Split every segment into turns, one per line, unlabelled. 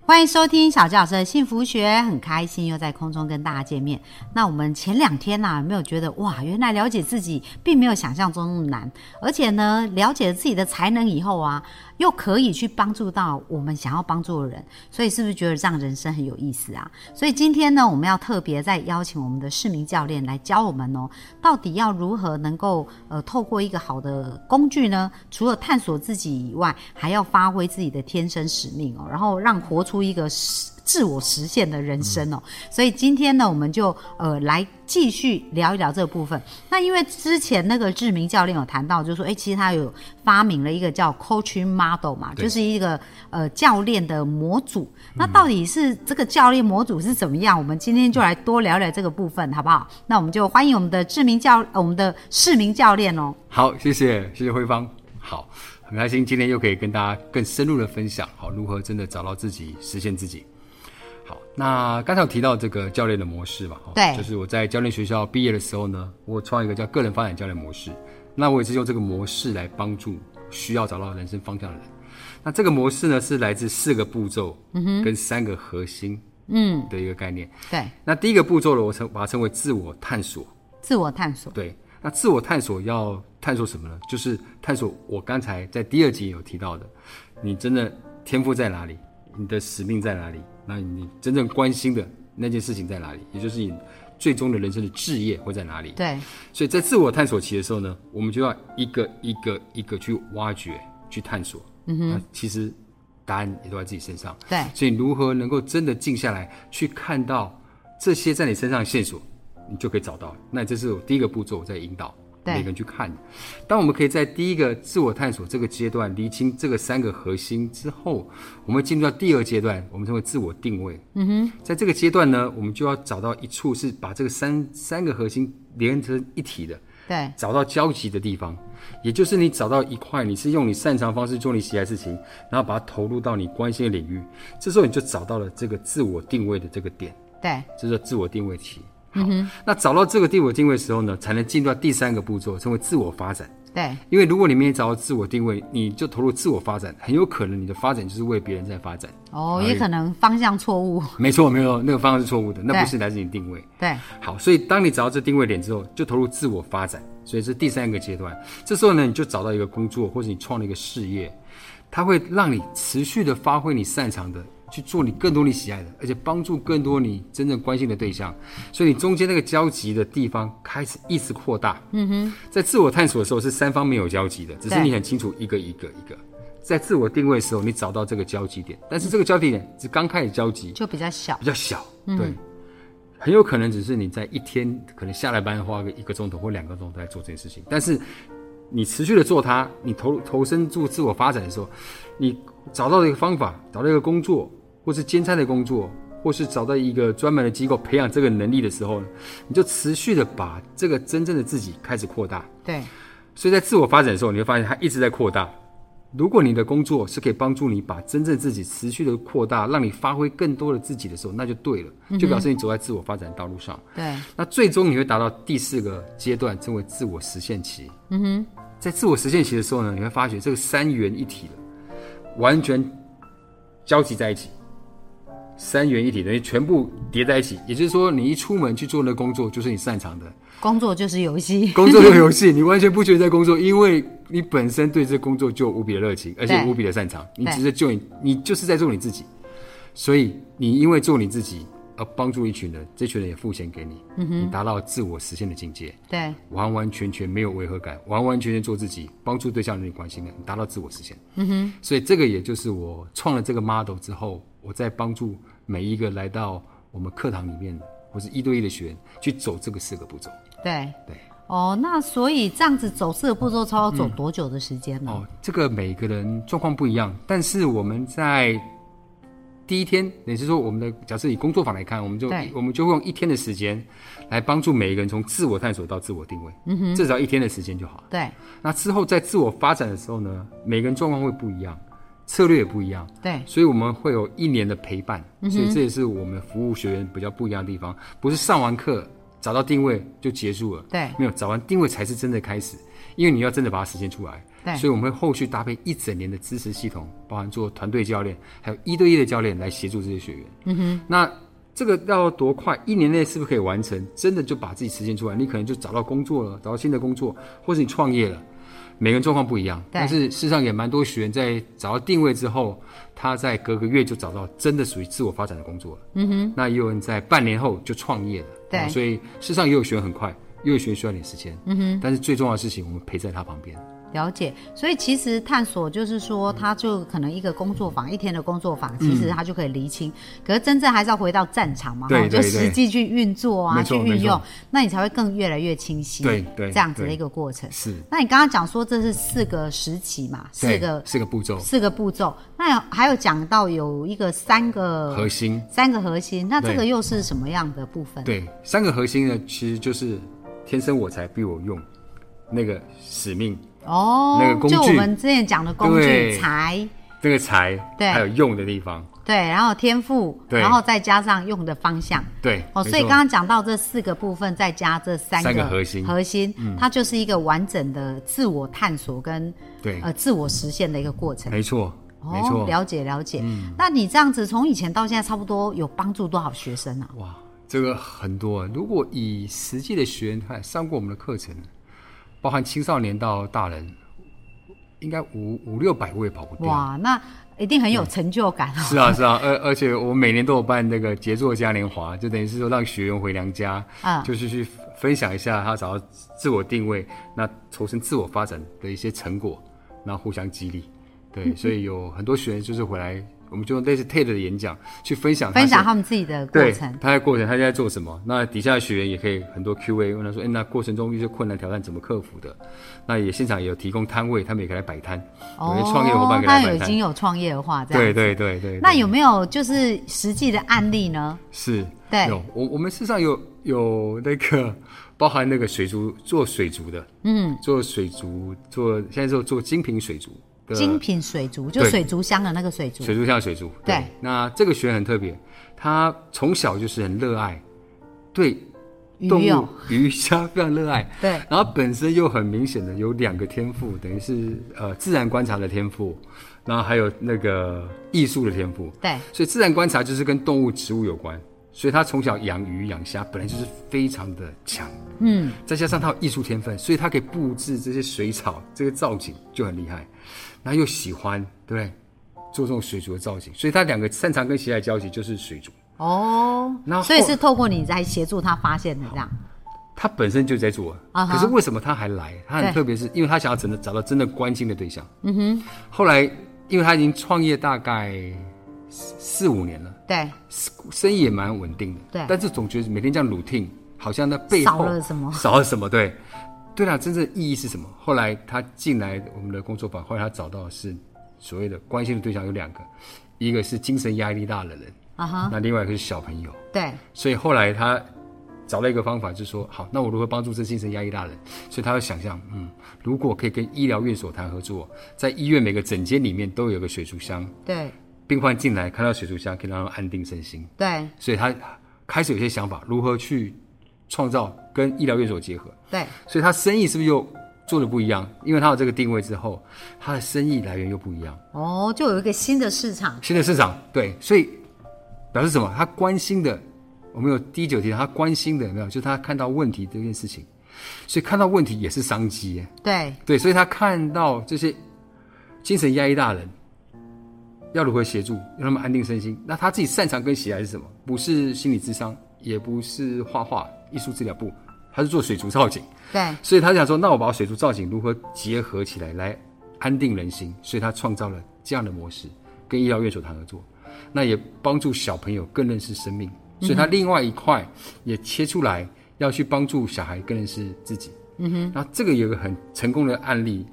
欢迎收听小纪老师的幸福学，很开心又在空中跟大家见面。那我们前两天呐、有没有觉得哇，原来了解自己并没有想象中那么难，而且呢，了解自己的才能以后啊，又可以去帮助到我们想要帮助的人，所以是不是觉得这样人生很有意思啊？所以今天呢，我们要特别再邀请我们的市民教练来教我们哦，到底要如何能够呃，透过一个好的工具呢，除了探索自己以外，还要发挥自己的天生使命哦，然后让活出一个实自我实现的人生哦。所以今天呢，我们就呃来继续聊一聊这个部分。那因为之前那个志明教练有谈到，就是说，哎，其实他有发明了一个叫 coaching model 嘛，
对
就是一个呃教练的模组。那到底是这个教练模组是怎么样？我们今天就来多聊聊这个部分，好不好？那我们就欢迎我们的志明教，呃、我们的市民教练哦。
好，谢谢，谢谢慧芳。好，很开心今天又可以跟大家更深入的分享，好，如何真的找到自己，实现自己。好，那刚才有提到这个教练的模式嘛，哦
对
就是我在教练学校毕业的时候呢，我创一个叫个人发展教练模式，那我也是用这个模式来帮助需要找到人生方向的人。那这个模式呢，是来自四个步骤，嗯哼，跟三个核心，嗯，的一个概念。
对，
那第一个步骤呢，我称把它称为自我探索，
自我探索。
对，那自我探索要探索什么呢？就是探索我刚才在第二集有提到的，你真的天赋在哪里？你的使命在哪里？那你真正关心的那件事情在哪里？也就是你最终的人生的志业会在哪里？
对，
所以在自我探索期的时候呢，我们就要一个一个一个去挖掘、去探索。嗯哼，其实答案也都在自己身上。
对
所以如何能够真的静下来去看到这些在你身上的线索，你就可以找到。那这是我第一个步骤，我在引导
对
每个人去看。当我们可以在第一个自我探索这个阶段厘清这个三个核心之后，我们会进入到第二阶段，我们称为自我定位。嗯哼，在这个阶段呢，我们就要找到一处是把这个三三个核心连成一体的。
对，
找到交集的地方，也就是你找到一块，你是用你擅长方式做你喜爱的事情，然后把它投入到你关心的领域，这时候你就找到了这个自我定位的这个点，
对，
这叫自我定位期。好，那找到这个自我定位的时候呢，才能进入到第三个步骤，称为自我发展。
对，
因为如果你没有找到自我定位，你就投入自我发展，很有可能你的发展就是为别人在发展。
哦，
哎
也可能方向错误。
没错，没有那个方向是错误的，那
对
不是来自你的定位。
对，
好，所以当你找到这定位点之后，就投入自我发展，所以这是第三个阶段。这时候呢，你就找到一个工作，或者你创了一个事业，它会让你持续的发挥你擅长的，去做你更多你喜爱的，而且帮助更多你真正关心的对象。所以你中间那个交集的地方开始一直扩大。嗯哼，在自我探索的时候是三方没有交集的，只是
对
你很清楚一个一个一个。在自我定位的时候，你找到这个交集点，但是这个交集点是刚开始交集，
就比较小
比。较小，对，很有可能只是你在一天可能下了班花个一个钟头或两个钟头在做这件事情，但是你持续的做它，你投投身做自我发展的时候，你找到一个方法，找到一个工作，或是兼差的工作，或是找到一个专门的机构培养这个能力的时候呢，你就持续的把这个真正的自己开始扩大，
对，
所以在自我发展的时候，你会发现它一直在扩大。如果你的工作是可以帮助你把真正自己持续的扩大，让你发挥更多的自己的时候，那就对了，就表示你走在自我发展的道路上。
对，
那最终你会达到第四个阶段，称为自我实现期。嗯哼，在自我实现期的时候呢，你会发觉这个三元一体的完全交集在一起，三元一体等于全部叠在一起。也就是说，你一出门去做那个工作，就是你擅长的，
工作就是游 戏。
工作的游戏，你完全不觉得在工作，因为你本身对这工作就有无比的热情，而且
对
无比的擅长。你
对
只是就你，你就是在做你自己，所以你因为做你自己而帮助一群人，这群人也付钱给你，你达到自我实现的境界，
对，
完完全全没有违和感，完完全全做自己，帮助对象人你关心的，你达到自我实现。嗯哼，所以这个也就是我创了这个 model 之后，我在帮助每一个来到我们课堂里面或是一对一的学员去走这个四个步骤。
对，
对。嗯
哦，那所以这样子走四个步骤，超要走多久
哦
的时间呢？
哦，这个每个人状况不一样，但是我们在第一天，也就是说我们的假设以工作坊来看，我们就
对
我们就会用一天的时间来帮助每一个人从自我探索到自我定位，嗯哼，至少一天的时间就好了。
对
那之后在自我发展的时候呢，每个人状况会不一样，策略也不一样，
对嗯
所以我们会有一年的陪伴，所以这也是我们服务学员比较不一样的地方，不是上完课找到定位就结束了，
对
没有找完定位才是真的开始，因为你要真的把它实现出来。
对
所以我们会后续搭配一整年的支持系统，包含做团队教练，还有一对一的教练来协助这些学员。嗯哼，那这个要多快？一年内是不是可以完成？真的就把自己实现出来？你可能就找到工作了，找到新的工作，或是你创业了。每个人状况不一样，但是事实上也蛮多学员在找到定位之后，他在隔个月就找到真的属于自我发展的工作了。嗯哼，那也有人在半年后就创业了。
对
啊所以事实上也有学员很快，也有学员需要点时间。嗯哼，但是最重要的事情，我们陪在他旁边。
了解，所以其实探索就是说，他就可能一个工作坊一天的工作
嗯
坊，其实他就可以厘清。可是真正还是要回到战场嘛，
对
哈就
对对
实际去运作啊，
没
去
错
运
没
用
错，
那你才会更越来越清晰。
对对
这样子的
对
一个过程。
是，
那你刚刚讲说这是四个时期嘛，四
对
个
四个步骤
四个步骤，那有还有讲到有一个三个
核心。
三个核心，那这个
对
又是什么样的部分？
对，三个核心呢，其实就是天生我材必有用，那个使命，
哦，
那个工具
就我们之前讲的工具
对
才。
那个才，
对
还有用的地方。
对，然后天赋，
对
然后再加上用的方向。
对，
哦，
没
所以
错
刚刚讲到这四个部分，再加这三个
三个核心嗯
核心、它就是一个完整的自我探索跟
对，
呃自我实现的一个过程。
没错，没
哦，
错。嗯
了解了解、那你这样子从以前到现在，差不多有帮助多少学生啊？
哇，这个很多。如果以实际的学员看，上过我们的课程，包含青少年到大人，应该五五六百位跑不掉。
哇，那一定很有成就感哦。
啊是啊，是啊，而而且我每年都有办那个杰作嘉年华，就等于是说让学员回娘家，
嗯
就是去分享一下他找到自我定位，那投身自我发展的一些成果，然后互相激励。
嗯
对，所以有很多学员就是回来，我们就用类似 TED 的演讲去分享
分享
他
他们自己的过
对
程。
他在过程他现在做什么，那底下的学员也可以很多 Q&A 问他说，哎，那过程中遇些困难挑战怎么克服的？那也现场也有提供摊位，他们也可以来摆摊，有些创业伙伴可以
他
来
哦有
摆
已经
摊。
有创业的话，这样
对对对对，
那
对
有没有就是实际的案例呢？
是，
对
有我我们事实上有有那个包含那个水族做水族的，嗯，做水族做现在做做精品水族的
精品水族，就
对
水族箱的那个水族，
水族像水族，
对
那这个学员很特别，他从小就是很热爱对
鱼
动
用
物。鱼虾非常热爱，
对
然后本身又很明显的有两个天赋，等于是呃自然观察的天赋，然后还有那个艺术的天赋，
对，
所以自然观察就是跟动物、植物有关，所以他从小养鱼、养虾本来就是非常的强，嗯，再加上他有艺术天分，所以他可以布置这些水草、这些造景就很厉害，然后又喜欢，对不对？做这种水族的造型，所以他两个擅长跟喜爱交集就是水族，
哦
然，后
所以是透过你在协助他发现的这样，
哦他本身就在做
啊哈
可是为什么他还来？他
对
很特别，是因为他想要真的找到真的关心的对象。嗯哼，后来因为他已经创业大概四四五年了。
对，
生意也蛮稳定的，
对
但是总觉得每天这样 routine，好像那背后
少了什么
少了什么，对，对啦，真正的意义是什么？后来他进来我们的工作坊，后来他找到的是所谓的关心的对象有两个，一个是精神压力大的人，
啊哈，
那另外一个是小朋友，
对，
所以后来他找到一个方法，就是说，好，那我如何帮助这精神压力大的人？所以他会想象，嗯，如果可以跟医疗院所谈合作，在医院每个诊间里面都有个水族箱，
对，
病患进来看到水族箱，可以让他们安定身心。
对，
所以他开始有些想法，如何去创造跟医疗院所结合。
对，
所以他生意是不是又做的不一样？因为他有这个定位之后，他的生意来源又不一样。
哦，就有一个新的市场，
新的市场，对，所以表示什么？他关心的，我们有第九题，他关心的有没有？就是他看到问题这件事情，所以看到问题也是商机耶。
对，
对，所以他看到这些精神压力大的人，要如何协助让他们安定身心？那他自己擅长跟喜爱是什么？不是心理智商，也不是画画、艺术治疗部，他是做水族造景。
对，
所以他想说，那我把水族造景如何结合起来来安定人心？所以他创造了这样的模式，跟医疗院所谈合作，那也帮助小朋友更认识生命。所以他另外一块也切出来，要去帮助小孩更认识自己。嗯哼，那这个有一个很成功的案例，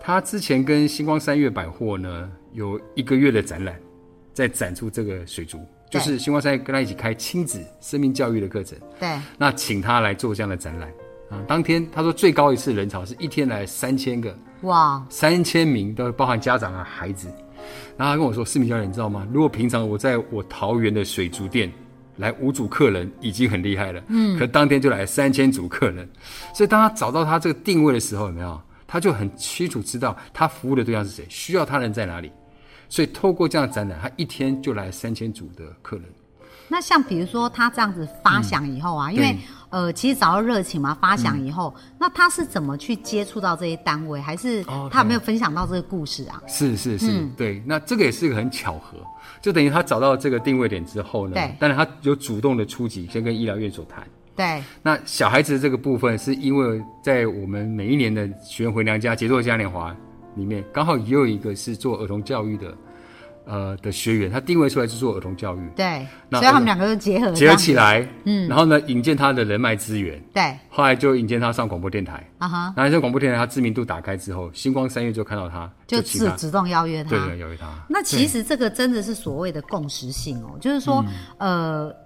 他之前跟星光三月百货呢有一个月的展览，在展出这个水族，
对
就是星光山跟他一起开亲子生命教育的课程，
对，
那请他来做这样的展览啊。当天他说最高一次人潮是一天来三千个，
哇，
三千名都包含家长啊孩子。然后他跟我说：“市民教练，你知道吗？如果平常我在我桃园的水族店来五组客人已经很厉害了，嗯，可当天就来三千组客人，所以当他找到他这个定位的时候，有没有？他就很清楚知道他服务的对象是谁，需要他人在哪里。所以透过这样的展览，他一天就来三千组的客人。
那像比如说他这样子发想以后啊，因为
嗯对嗯
呃，其实找到热情嘛，发想以后，那他是怎么去接触到这些单位，还是
哦
他有没有分享到这个故事啊？
是是是，对，那这个也是一个很巧合，就等于他找到这个定位点之后呢
对，
当然他有主动的出击，先跟医疗院所谈。
对，
那小孩子的这个部分，是因为在我们每一年的学员回娘家杰作嘉年华里面，刚好也有一个是做儿童教育的，呃的学员，他定位出来是做儿童教育，
对，
那
所以他们两个就结合，
结合起，来，嗯，然后呢，引荐他的人脉资源，
对，
后来就引荐他上广播电台，
啊哈，
然后在广播电台他知名度打开之后，星光三月就看到他，
就
请
主
他，
主动邀约他，
对对，邀约他，
那其实这个真的是所谓的共识性哦，就是说，
嗯
呃，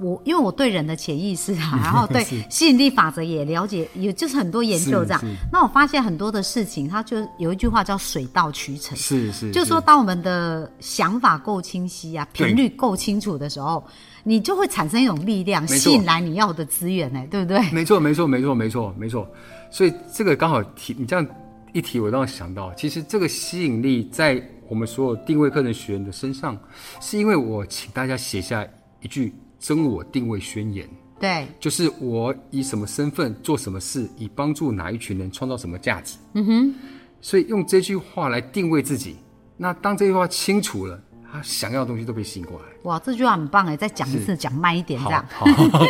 我因为我对人的潜意识 啊，然后对吸引力法则也了解，也就是很多研究这样
是是。
那我发现很多的事情，它就有一句话叫水到渠成，
是是，
就是说，当我们的想法够清晰啊，
对
频率够清楚的时候，你就会产生一种力量，
错
吸引来你要的资源，哎，对不对？
没错，没错，没错，没错，没错。所以这个刚好提你这样一提，我倒想到，其实这个吸引力在我们所有定位课程学员的身上，是因为我请大家写下一句真我定位宣言，
对，
就是我以什么身份做什么事，以帮助哪一群人创造什么价值。嗯哼。所以用这句话来定位自己，那当这句话清楚了，他想要的东西都被吸引过来。
哇，这句话很棒哎，再讲一次，讲慢一点这样。
好，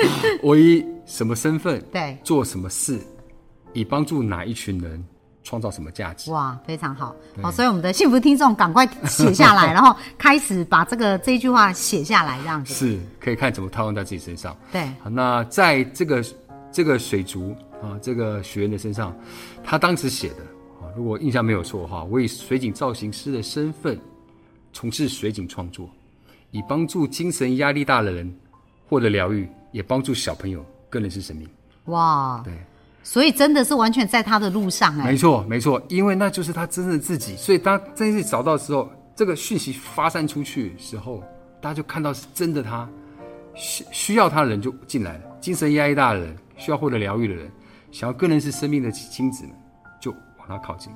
我以什么身份？
对
做什么事，以帮助哪一群人，创造什么价值？
哇，非常好，好，所以我们的幸福听众赶快写下 来，然后开始把这个这一句话写下来，这样子。
是可以看怎么套用在自己身上。
对，
好，那在这个这个水族啊，这个学员的身上，他当时写的啊，如果印象没有错的话，我以水景造型师的身份从事水景创作，以帮助精神压力大的人获得疗愈，也帮助小朋友更认识生命。
哇，
对。
所以真的是完全在他的路上哎、
没错，没错，因为那就是他真正的自己，所以当这件事找到之后，这个讯息发散出去的时候，大家就看到是真的他，需需要他的人就进来了，精神压力大的人，需要获得疗愈的人，想要更认识生命的亲子们，就往他靠近。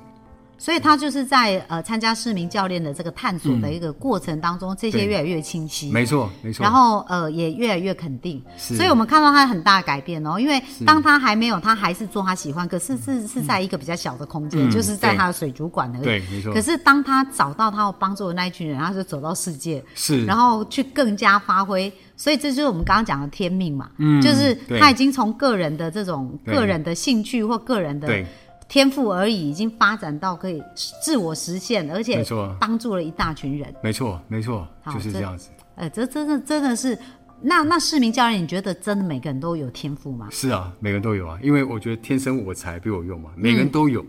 所以他就是在呃参加市民教练的这个探索的一个过程当中，这些
嗯对
越来越清晰。
没错，没错。
嗯然后呃也越来越肯定，
是
所以我们看到他很大的改变哦，因为当他还没有，他还是做他喜欢，可是是是在一个比较小的空间，
嗯
就是在
对
他的水族馆而已。
对没错
可是当他找到他要帮助的那一群人，他就走到世界，
是
然后去更加发挥。所以这就是我们刚刚讲的天命嘛，
嗯
就是
对
他已经从个人的这种
对
个人的兴趣或个人的
对
天赋而已，已经发展到可以自我实现，而且
没错
帮助了一大群人。
没错，没错，
好
就是
这
这样子。
呃，这真的真的是，那那市民教练，你觉得真的每个人都有天赋吗？
是啊，每个人都有啊，因为我觉得天生我材必有用嘛，每个人都有，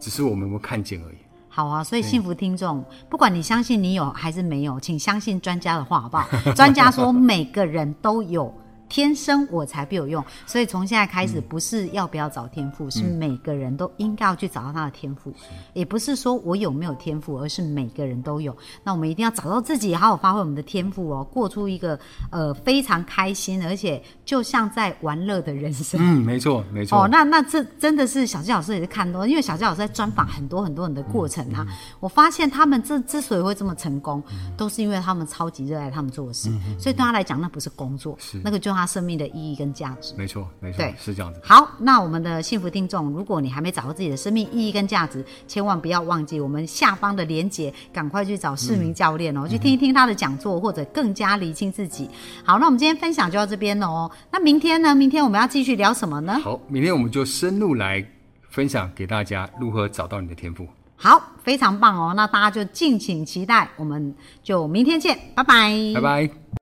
只是我们有没有看见而已。
好啊，所以幸福听众，不管你相信你有还是没有，请相信专家的话，好不好？专家说每个人都有。天生我材必有用，所以从现在开始，不是要不要找天赋，是每个人都应该要去找到他的天赋，也不是说我有没有天赋，而是每个人都有。那我们一定要找到自己，好好发挥我们的天赋哦，过出一个呃非常开心，而且就像在玩乐的人生。
嗯，没错，没错。
哦，那那这真的是小纪老师也是看多，因为小纪老师在专访很多很多人的过程啊，我发现他们之之所以会这么成功，都是因为他们超级热爱他们做的事，所以对他来讲那不是工作，那个就是他生命的意义跟价值。
没错，没错
对，
是这样子。
好，那我们的幸福听众，如果你还没找到自己的生命意义跟价值，千万不要忘记我们下方的连结，赶快去找市民教练哦，去听一听他的讲座，或者更加厘清自己。好，那我们今天分享就到这边哦。那明天呢？明天我们要继续聊什么呢？
好，明天我们就深入来分享给大家如何找到你的天赋。
好，非常棒哦！那大家就敬请期待，我们就明天见，拜拜，
拜拜。